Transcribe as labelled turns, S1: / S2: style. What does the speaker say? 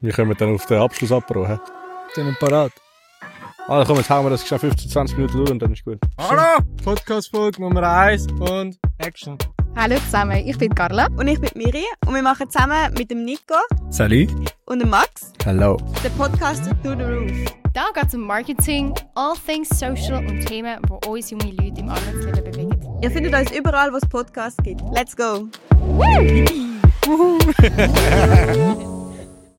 S1: Wir kommen dann auf den Abschluss abbrauchen.
S2: Sind wir parat?
S1: Also komm, jetzt haben wir das geschafft 15, 20 Minuten durch und dann ist gut.
S2: Hallo! Podcast-Folge Nummer 1 und Action.
S3: Hallo zusammen, ich bin Carla.
S4: Und ich bin Miri und wir machen zusammen mit dem Nico
S5: Salut.
S4: und dem Max
S5: Hallo.
S4: den Podcast To The Roof.
S3: Da geht es um Marketing, all things social und Themen, die uns junge Leute im Arbeitsleben bewegen.
S4: Ihr findet uns überall, wo es Podcasts gibt. Let's go!
S3: Woo!